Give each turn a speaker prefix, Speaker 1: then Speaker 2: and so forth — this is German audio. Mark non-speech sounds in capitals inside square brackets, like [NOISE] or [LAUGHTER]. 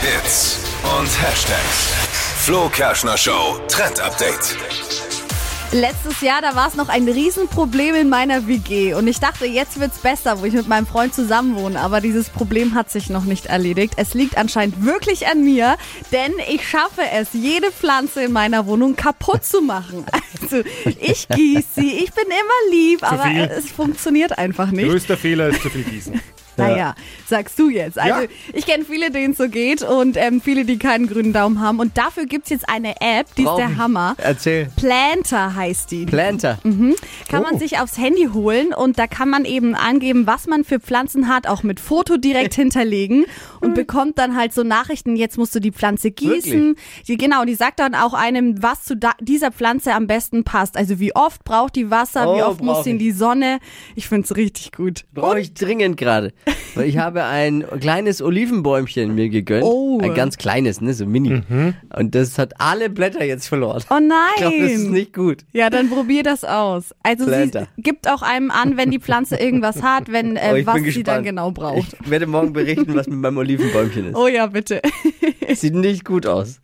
Speaker 1: Hits und Hashtags. Flo Kerschner Show Trend Update.
Speaker 2: Letztes Jahr, da war es noch ein Riesenproblem in meiner WG und ich dachte, jetzt wird's besser, wo ich mit meinem Freund zusammenwohne, aber dieses Problem hat sich noch nicht erledigt. Es liegt anscheinend wirklich an mir, denn ich schaffe es, jede Pflanze in meiner Wohnung kaputt zu machen. [LAUGHS] Also, ich gieße sie, ich bin immer lieb, aber
Speaker 3: viel.
Speaker 2: es funktioniert einfach nicht.
Speaker 3: Größter Fehler ist zu viel Gießen.
Speaker 2: Naja, sagst du jetzt. Also
Speaker 3: Ja.
Speaker 2: ich kenne viele, denen es so geht und ähm, viele, die keinen grünen Daumen haben. Und dafür gibt's jetzt eine App, die ist der Hammer.
Speaker 3: Äh.
Speaker 4: Erzähl.
Speaker 2: Planter heißt die.
Speaker 4: Planter.
Speaker 2: kann
Speaker 4: Oh.
Speaker 2: man sich aufs Handy holen und da kann man eben angeben, was man für Pflanzen hat, auch mit Foto
Speaker 4: [LAUGHS]
Speaker 2: direkt hinterlegen und bekommt dann halt so Nachrichten, jetzt musst du die Pflanze gießen. Die, genau, die sagt dann auch einem, was zu da dieser Pflanze am besten passt. Also wie oft braucht die Wasser, wie
Speaker 4: Oh,
Speaker 2: oft muss
Speaker 4: brauch
Speaker 2: sie in
Speaker 4: ich.
Speaker 2: die Sonne. Ich find's richtig gut.
Speaker 4: Brauche ich dringend gerade. Weil ich habe ein kleines Olivenbäumchen mir gegönnt.
Speaker 2: Oh.
Speaker 4: Ein ganz kleines, ne? So mini. Und das hat alle Blätter jetzt verloren.
Speaker 2: Oh nein!
Speaker 4: Ich glaube, das ist nicht gut.
Speaker 2: Ja, dann probier das aus. Also
Speaker 4: Planter.
Speaker 2: sie gibt auch einem an, wenn die Pflanze irgendwas hat,
Speaker 4: [LAUGHS]
Speaker 2: wenn
Speaker 4: Aber
Speaker 2: äh,
Speaker 4: Oh, ich
Speaker 2: was
Speaker 4: bin
Speaker 2: sie
Speaker 4: gespannt.
Speaker 2: dann genau braucht.
Speaker 4: Ich werde morgen berichten, was mit meinem Olivenbäumchen ist.
Speaker 2: Oh ja, bitte.
Speaker 4: Sieht nicht gut aus.